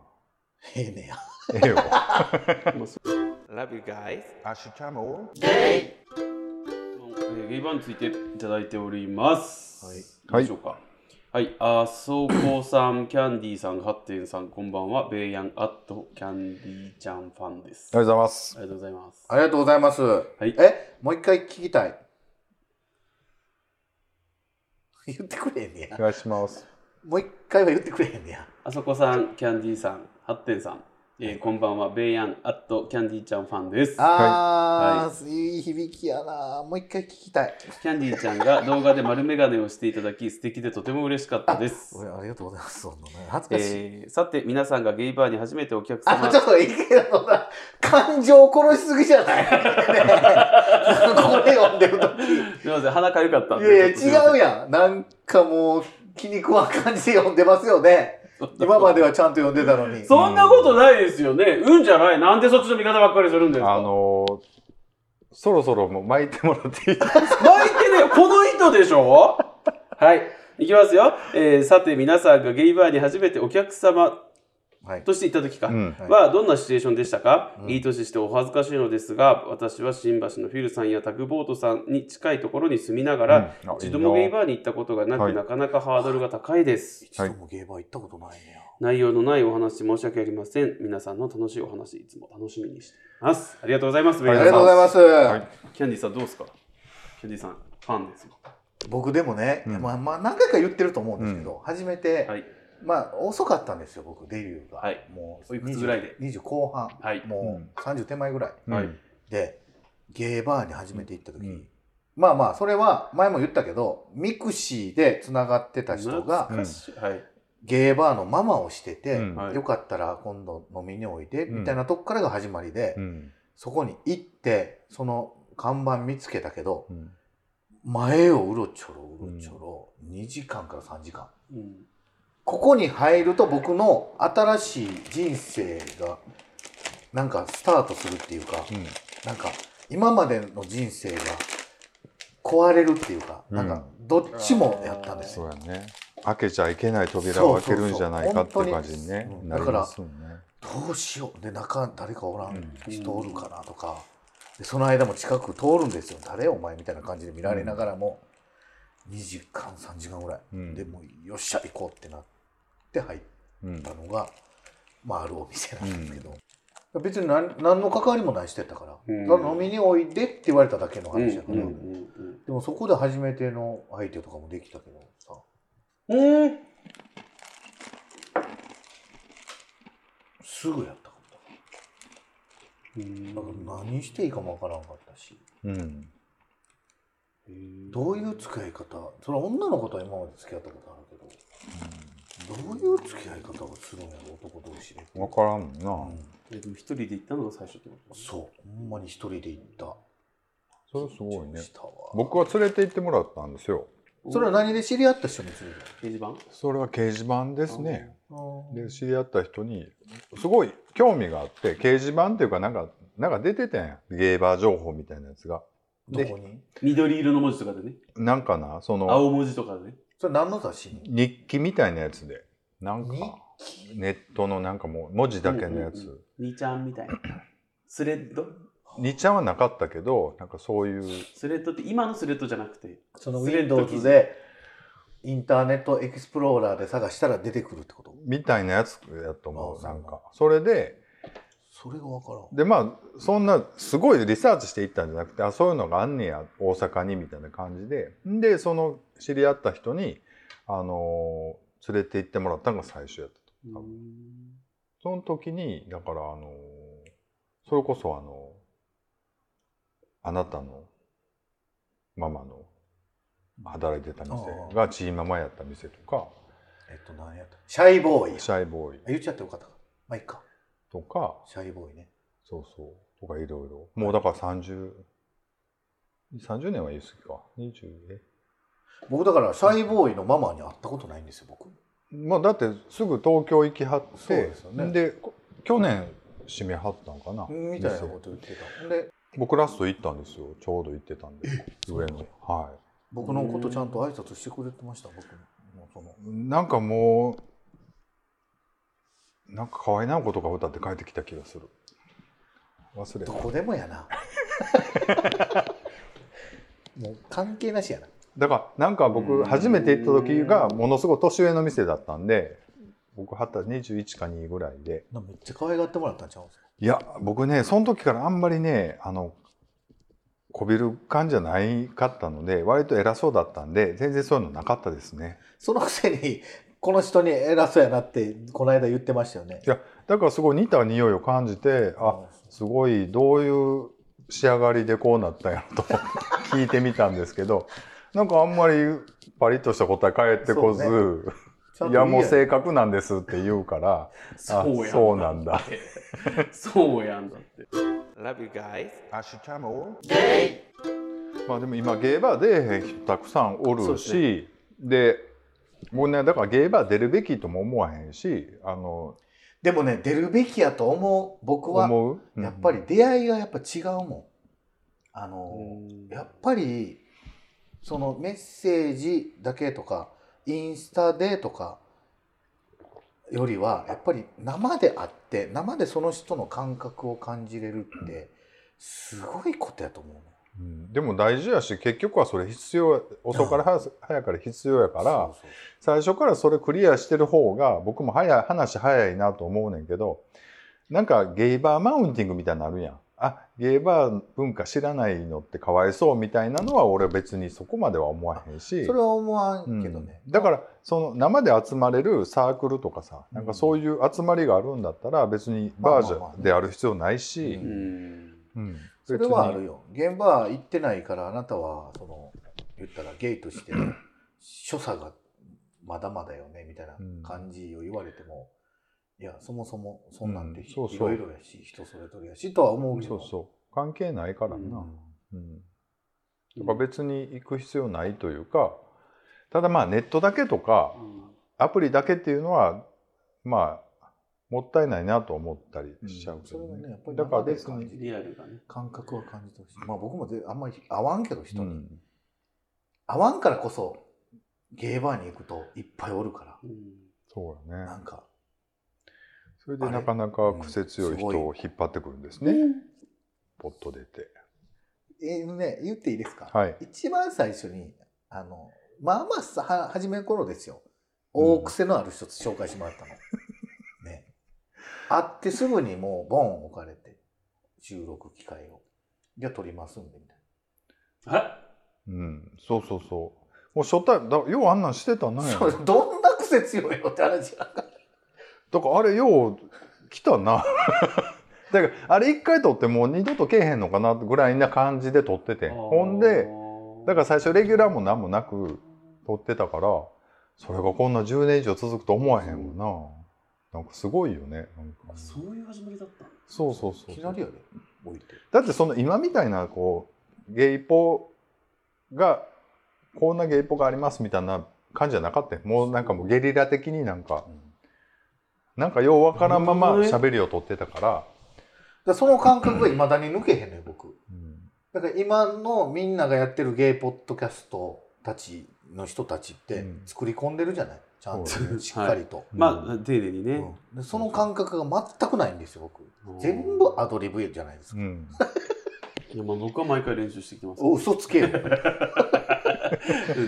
Speaker 2: ええねや。
Speaker 3: ええよ
Speaker 1: Love you guys
Speaker 5: 明日も
Speaker 1: ゲイバーについていただいております
Speaker 3: はい
Speaker 1: いいでしょうかはい、あそうこうさん、キャンディーさん、ハッテンさん、こんばんは、ベイヤン、アット、キャンディーちゃんファンです。
Speaker 3: ありがとう
Speaker 1: あ
Speaker 3: ございます
Speaker 1: りがとうございます。
Speaker 2: ありがとうございます。
Speaker 1: い
Speaker 2: え、もう一回聞きたい。 [laughs] 言ってくれへんね
Speaker 3: お
Speaker 2: や。
Speaker 3: 願いします
Speaker 2: もう一回は言ってくれへんねや。
Speaker 1: あそこさん、キャンディーさん、ハッテンさん、えーこんばんは、ベイヤン、アット、キャンディーちゃんファンです。
Speaker 2: あー、い、い響きやな。もう一回聞きたい。
Speaker 1: キャンディーちゃんが動画で丸眼鏡をしていただき、素敵でとても嬉しかったです。
Speaker 2: 俺ありがとうございます。そんなね、恥ずかしい。
Speaker 1: えーさて、皆さんがゲイバーに初めてお客
Speaker 2: あ
Speaker 1: 様
Speaker 2: の、ちょっといいけどさ、感情殺しすぎじゃないねえこれ読んでると。
Speaker 1: すみません、鼻かゆかったん
Speaker 2: い
Speaker 1: で。
Speaker 2: や
Speaker 1: ちょっとすいま
Speaker 2: いや、違うやん。なんかもう、気に食わん感じで読んでますよ [laughs] ね。
Speaker 1: せん
Speaker 2: 今まではちゃんと読んでたのに。
Speaker 1: そんなことないですよね。うんじゃない。なんでそっちの味方ばっかりするんですか。
Speaker 3: あのそろそろもう巻いてもらっていい
Speaker 1: 巻いてねよ、この人でしょ [laughs] はい、いきますよ、えーさて、皆さんがゲイバーに初めてお客様
Speaker 2: はい。
Speaker 1: として行った時か、
Speaker 3: うん
Speaker 2: はい
Speaker 1: はどんなシチュエーションでしたか、
Speaker 2: うん
Speaker 1: いい年してお恥ずかしいのですが、私は新橋のフィルさんやタグボートさんに近いところに住みながら、
Speaker 3: うんあ
Speaker 1: 一度もゲイ
Speaker 3: な
Speaker 1: バーに行ったことがなく、
Speaker 3: はい
Speaker 1: なかなかハードルが高いです。
Speaker 2: 一度もゲーバー行ったことないね
Speaker 1: 内容のないお話申し訳ありません。皆さんの楽しいお話いつも楽しみにしています。ありがとうございます。
Speaker 3: あ
Speaker 2: あ
Speaker 3: り
Speaker 2: りが
Speaker 3: がと
Speaker 2: と
Speaker 3: う
Speaker 2: う
Speaker 3: ご
Speaker 2: ござい
Speaker 3: ざいま
Speaker 2: ますす。
Speaker 3: はい
Speaker 1: キャンディーさんどうですか？キャンディーさんファンですよ。
Speaker 2: 僕でもね、
Speaker 3: うん
Speaker 2: まあ、まあ何回か言ってると思うんですけど、初めて、
Speaker 1: はい
Speaker 2: まあ遅かったんですよ僕デビューが、
Speaker 1: はい
Speaker 2: もう
Speaker 1: おいくつぐらいで
Speaker 2: 20 20後半、
Speaker 1: はい
Speaker 2: もう30手前ぐらい
Speaker 1: はい
Speaker 3: うん
Speaker 2: でゲーバーに初めて行った時、
Speaker 3: うん
Speaker 2: まあまあそれは前も言ったけどミクシーでつながってた人が
Speaker 1: 懐かしいはい
Speaker 2: ゲーバーのママをしてて、
Speaker 3: うん
Speaker 1: はい
Speaker 2: よかったら今度飲みにおいで
Speaker 3: うん
Speaker 2: みたいなとこからが始まりで、
Speaker 3: うん
Speaker 2: そこに行ってその看板見つけたけど
Speaker 3: うん
Speaker 2: 前をうろちょろうろちょろ、2時間から3時間
Speaker 1: うん
Speaker 2: ここに入ると僕の新しい人生がなんかスタートするっていうか、
Speaker 3: うん
Speaker 2: なんか今までの人生が壊れるっていうか、
Speaker 3: うん
Speaker 2: なんかどっちもやったんです
Speaker 3: そう
Speaker 2: よ。
Speaker 3: やね開けちゃいけない扉を開けるんじゃないかっていう感じにね
Speaker 2: そうそうそう本当に
Speaker 3: なりますよね
Speaker 2: どうしようで中誰かおら
Speaker 3: うんん
Speaker 2: 人おるかなとかでその間も近く通るんですよ誰お前みたいな感じで見られながらも2時間3時間ぐらい、
Speaker 3: うん
Speaker 2: でもうよっしゃ行こうってなって入っ
Speaker 3: うん
Speaker 2: たのが、まあ、あるお店なんですけど、別に何何の関わりもないしてたから、
Speaker 1: うん
Speaker 2: ただ飲みにおいでって言われただけの
Speaker 1: うん
Speaker 2: 話だから、でもそこで初めての相手とかもできたけどさ
Speaker 1: うんうんうん
Speaker 2: すぐやったかもなんか何していいかもわからんかったし
Speaker 3: うん
Speaker 2: どういう付き合い方それは女の子とは今まで付き合ったことあるけど、どういう付き合い方をするんやろ男同士で
Speaker 3: 分からんもんな、
Speaker 2: うん
Speaker 1: えでも一人で行ったのが最初ってこと。
Speaker 2: そうほんまに一人で行った
Speaker 3: それはすごいね
Speaker 2: したわ
Speaker 3: 僕は連れて行ってもらったんですよ
Speaker 2: それは何で知り合った人に連れ
Speaker 1: 掲
Speaker 2: て
Speaker 1: 示板
Speaker 3: それは掲示板ですね。
Speaker 2: 行
Speaker 3: で知り合った人にすごい興味があって掲示板っていうかなんかなんか出てたやんゲーバー情報みたいなやつが
Speaker 2: ったどこに
Speaker 1: 緑色の文字とかでね、
Speaker 3: なんかなその
Speaker 1: 青文字とかでね。
Speaker 2: それ何の雑誌に
Speaker 3: 日記みたいなやつでなんか
Speaker 2: 日
Speaker 3: ネットのなんかもう文字だけのや
Speaker 1: うんうん
Speaker 3: つ
Speaker 1: にちゃんみたいな。スレッド
Speaker 3: にちゃんはなかったけどなんかそういう
Speaker 1: スレッドって今のスレッドじゃなくて、
Speaker 2: その
Speaker 1: スレッド記
Speaker 2: Windows
Speaker 1: 事
Speaker 2: でインターネットエクスプローラーで探したら出てくるってこと
Speaker 3: みたいなやつやと思
Speaker 2: あ
Speaker 3: う
Speaker 2: そう
Speaker 3: な
Speaker 2: なん
Speaker 3: ん
Speaker 2: だ
Speaker 3: かそれで
Speaker 2: それが分からん
Speaker 3: でまあそんなすごいリサーチしていったんじゃなくてあそういうのがあんねや大阪にみたいな感じででその知り合った人に、あのー連れて行ってもらったのが最初やったと多分その時にだから、あのーそれこそ、あのーあなたのママの働いてた店がチーママやった店とか
Speaker 2: えっと何やったシャイボーイ
Speaker 3: シャイボーイ
Speaker 2: あ言っちゃってよかったかまあいいか
Speaker 3: とか
Speaker 2: シャイボーイね
Speaker 3: そうそう。とかいろいろ。もうだから30、30年は言い過ぎか。20え。
Speaker 2: 僕だからシャイボーイのママに会ったことないんですよ僕
Speaker 3: まあだってすぐ東京行きはって、
Speaker 2: そうですよね
Speaker 3: でこ去年閉めはったんかな。
Speaker 2: みたいなこと言ってたで
Speaker 3: 僕ラスト行ったんですよ。ちょうど行ってたんで。上の。は
Speaker 2: 僕のことちゃんと挨拶してくれてました僕のその
Speaker 3: い。なんかもう、なんか可愛いなことが歌って帰ってきた気がする。忘れ
Speaker 2: ど
Speaker 3: た。
Speaker 2: こでもや [laughs] なもう関係なしやな
Speaker 3: だからなんか僕初めて行った時がものすごい年上の店だったんで、僕二十歳21か2ぐらいで。
Speaker 2: なめっちゃ可愛がってもらったんちゃうんすか
Speaker 3: いや僕ねその時からあんまりねあのこびる感じじゃないかったので割と偉そうだったんで全然そういうのなかったですね
Speaker 2: そのくせにこの人に偉そうやなってこの間言ってましたよね
Speaker 3: いやだからすごい似た匂いを感じてあすごいどういう仕上がりでこうなったんやろと [laughs] 聞いてみたんですけどなんかあんまりパリッとした答え返ってこず、
Speaker 2: ちゃんと
Speaker 3: いやもう
Speaker 2: い
Speaker 3: 性格なんですって言うからあ
Speaker 1: そうやん
Speaker 3: そうなんだ。
Speaker 1: そうやんだって。
Speaker 5: Love you guys.
Speaker 3: 明日もまあでも今ゲーバー出えへん人たくさんお
Speaker 1: そう
Speaker 3: る
Speaker 1: です
Speaker 3: しでもうねだからゲーバー出るべきとも思わへんしあの
Speaker 2: でもね出るべきやと思う僕は
Speaker 3: 思ううん
Speaker 2: やっぱり出会いがやっぱ違うもんあの、やっぱりそのメッセージだけとかインスタでとかよりはやっぱり生で会って生でその人の感覚を感じれるってすごいことやと思うね。
Speaker 3: でも大事やし結局はそれ必要遅から早早から必要やから
Speaker 2: そうそう
Speaker 3: 最初からそれクリアしてる方が僕も早い話早いなと思うねんけどなんかゲイバーマウンティングみたいになるやんあゲイバー文化知らないのってかわいそうみたいなのは俺別にそこまでは思わへんし
Speaker 2: それは思わんけどね。
Speaker 3: うんだからその生で集まれるサークルとかさなんかそういう集まりがあるんだったら別にバージ
Speaker 2: まあまあまあ
Speaker 3: ョン
Speaker 2: ね
Speaker 3: である必要ないし、
Speaker 2: う
Speaker 1: うん。
Speaker 3: うん
Speaker 2: それはあるよ。現場は行ってないから、あなたは、その、言ったらゲイとして
Speaker 3: [clears throat]
Speaker 2: の所作がまだまだよね、みたいな感じを言われても、いや、そもそもそんなんて
Speaker 3: うん
Speaker 2: い
Speaker 3: そうそう
Speaker 2: ろいろやし、人それぞれやし、とは思う
Speaker 3: 別
Speaker 2: け
Speaker 3: に
Speaker 2: ど。
Speaker 3: そうそう関係ないから
Speaker 1: う
Speaker 3: な。
Speaker 1: ん
Speaker 3: うんだから別に行く必要ないというかただまあネットだけとかアプリだけっていうのはまあもったいないなと思ったりしちゃうけ
Speaker 2: そ
Speaker 3: ど
Speaker 2: れは
Speaker 3: ね
Speaker 2: ね、やっぱり
Speaker 3: だから
Speaker 2: 生で
Speaker 3: 別
Speaker 2: 感
Speaker 3: に、
Speaker 2: じ
Speaker 1: リア
Speaker 2: る
Speaker 1: ルがね。
Speaker 2: 感覚は感じてほしい。まあ僕もぜあんまり合わんけど、
Speaker 3: う
Speaker 2: 人に。
Speaker 3: ん、
Speaker 2: 合わんからこそ、ゲイバーに行くといっぱいおるか
Speaker 1: うん
Speaker 3: そう
Speaker 2: ら、
Speaker 3: や
Speaker 2: な
Speaker 3: ね
Speaker 2: んか、
Speaker 3: それでなかなか癖強い人を引っ張ってくるんですね、ポッと出て
Speaker 2: えーね、言っていいですか
Speaker 3: はい
Speaker 2: 一番最初にあのまあまあさは初めの頃ですよ大癖のある人紹介してもら
Speaker 3: [laughs]
Speaker 2: ったの、ね会ってすぐにもうボン置かれて収録機会をじゃあ撮りますんでみたい
Speaker 1: あ
Speaker 3: うんそうそうそうもう初対だようあんなんしてたな
Speaker 2: な、
Speaker 3: や
Speaker 2: そうどんな癖強いよって話なんか
Speaker 3: だからあれよう来たなだからあれ一回撮ってもう二度とけえへんのかなぐらいな感じで撮ってて
Speaker 1: あ
Speaker 3: ん
Speaker 1: ー
Speaker 3: ほんでだから最初レギュラーも何もなく撮ってたからそれがこんな10年以上続くと思わへんわななんかすごいよねなんか
Speaker 1: そういう始まりだったの
Speaker 3: そうそうそう
Speaker 2: いきなりやで置いて
Speaker 3: だってその今みたいなこうゲイポがこんなゲイポがありますみたいな感じじゃなかったよもうなんかもうゲリラ的になんか
Speaker 2: うん
Speaker 3: なんかようわからんまま喋りを撮ってたから、
Speaker 2: だからその感覚がいまだに抜けへんのよ僕
Speaker 3: うん
Speaker 2: だから今のみんながやってるゲイポッドキャストたちの人たちっ
Speaker 3: う
Speaker 2: て
Speaker 3: ん
Speaker 2: 作り込んでるじゃないちゃんと
Speaker 3: そう
Speaker 1: ね
Speaker 2: しっかりと、
Speaker 1: まあ、丁寧にね。
Speaker 2: うんでその感覚が全くないんですよ僕
Speaker 1: うん
Speaker 2: 全部アドリブじゃないです
Speaker 3: う
Speaker 2: か、
Speaker 3: ん、
Speaker 1: いや、まあ僕は毎回練習してきてます。
Speaker 2: お嘘つけよ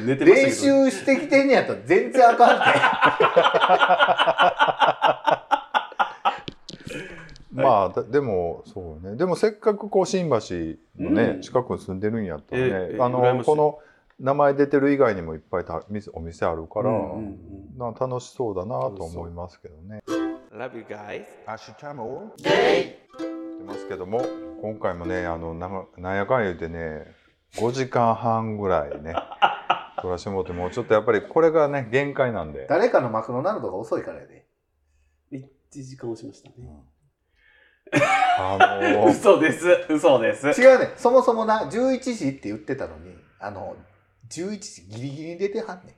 Speaker 1: 寝てま
Speaker 2: [laughs] 練
Speaker 1: したけど。
Speaker 2: 習してきてんねやったら全然あ
Speaker 1: [laughs]
Speaker 2: か
Speaker 3: まあだでもそうねでもせっかくこう新橋のね、
Speaker 1: うん
Speaker 3: 近くに住んでるんやったらね、
Speaker 1: ええ
Speaker 3: あ
Speaker 1: 羨まし
Speaker 3: の
Speaker 1: い
Speaker 3: この名前出てる以外にもいっぱいた店お店あるから、
Speaker 1: うんうんうん
Speaker 3: な楽しそうだなと思いますけどね。
Speaker 5: Love you guys.
Speaker 3: 明日もってますけども今回もねあのななんやかんや言うてね5時間半ぐらい
Speaker 1: [laughs]
Speaker 3: ね撮らしてもらってもうちょっとやっぱりこれがね限界なん
Speaker 1: [laughs]
Speaker 3: で
Speaker 2: ん誰かのマクドナルドが遅いからやで、
Speaker 1: 1時間押しましたね。
Speaker 3: あのー
Speaker 1: 嘘です。嘘です。
Speaker 2: 違うねそもそもな11時って言ってたのにあの11時ギリギリ出てはんね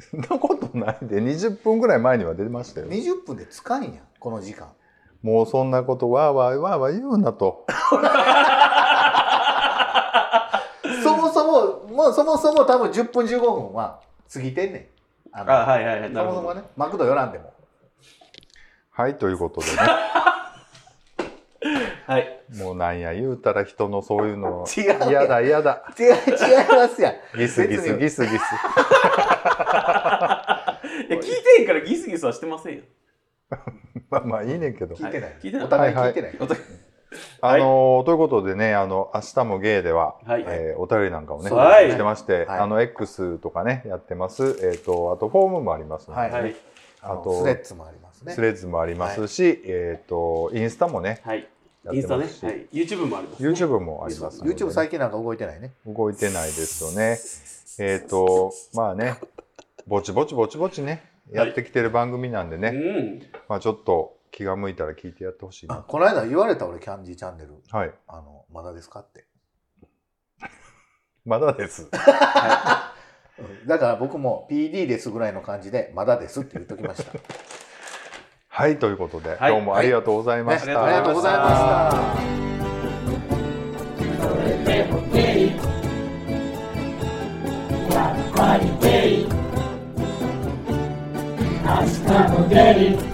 Speaker 3: そんなことないで20分ぐらい前には出てましたよ
Speaker 2: ん。20分でつかんやんこの時間
Speaker 3: もうそんなことわーわーわーわー言うなと。
Speaker 2: そもそももうそもそも多分10分15分は過ぎてんねんあ
Speaker 1: あ、
Speaker 2: の
Speaker 1: はいはいはい。
Speaker 2: そ
Speaker 1: なる
Speaker 2: もそ
Speaker 1: ほ
Speaker 2: も
Speaker 1: ど。
Speaker 2: ねマクド寄らんでも
Speaker 3: はい、ということで
Speaker 1: はい。
Speaker 3: ね、もうなんや言うたら人のそういうの
Speaker 2: 違うやん
Speaker 3: 嫌だ嫌だ、
Speaker 2: 違う違いますやん
Speaker 3: ギスギスギスギス。
Speaker 1: いや、聞いてへんからギスギスはしてませんよ。
Speaker 3: まあまあいいねんけど。
Speaker 2: 聞いてない,、
Speaker 1: はい聞いてない
Speaker 2: お互い聞いてない、
Speaker 3: あのーということでね、あの、明日もゲイでは、
Speaker 1: はい
Speaker 3: えーお便りなんかをね、
Speaker 1: はい
Speaker 3: してまして、
Speaker 2: はい
Speaker 3: あの、X とかね、やってます。えっ、と、あと、フォームもありますので、
Speaker 2: はい
Speaker 1: はい。
Speaker 2: あ
Speaker 3: あ
Speaker 2: の
Speaker 3: と
Speaker 2: スレッズもありますね
Speaker 3: スレッズもありますし、えっ、と、インスタもね、
Speaker 1: はい。
Speaker 3: やっ
Speaker 1: インス
Speaker 3: て
Speaker 1: タね。
Speaker 3: ま
Speaker 1: は
Speaker 3: すし、
Speaker 1: い。YouTube もあります。
Speaker 3: YouTube もありますのでね、
Speaker 2: YouTube 最近なんか動いてないね
Speaker 3: 動いてないですよね。えっ、と、まあね、ぼちぼちぼちぼちね、やってきてる番組なんでね、
Speaker 1: うん。
Speaker 3: まあちょっと気が向いたら聞いてやってほしい
Speaker 2: あ
Speaker 3: な。
Speaker 2: この間言われた俺キャンディーチャンネル
Speaker 3: はい。
Speaker 2: あのまだですかって
Speaker 3: ま
Speaker 1: [laughs]
Speaker 3: だです。
Speaker 2: だから僕も PD ですぐらいの感じでまだですって言っときました
Speaker 3: はい、ということで、
Speaker 1: はい
Speaker 3: どうもありがとうございました。
Speaker 1: はいありがとうございました
Speaker 2: した
Speaker 6: 「それでもゲイ」「それでもゲイ」 Friday. Hasta no day.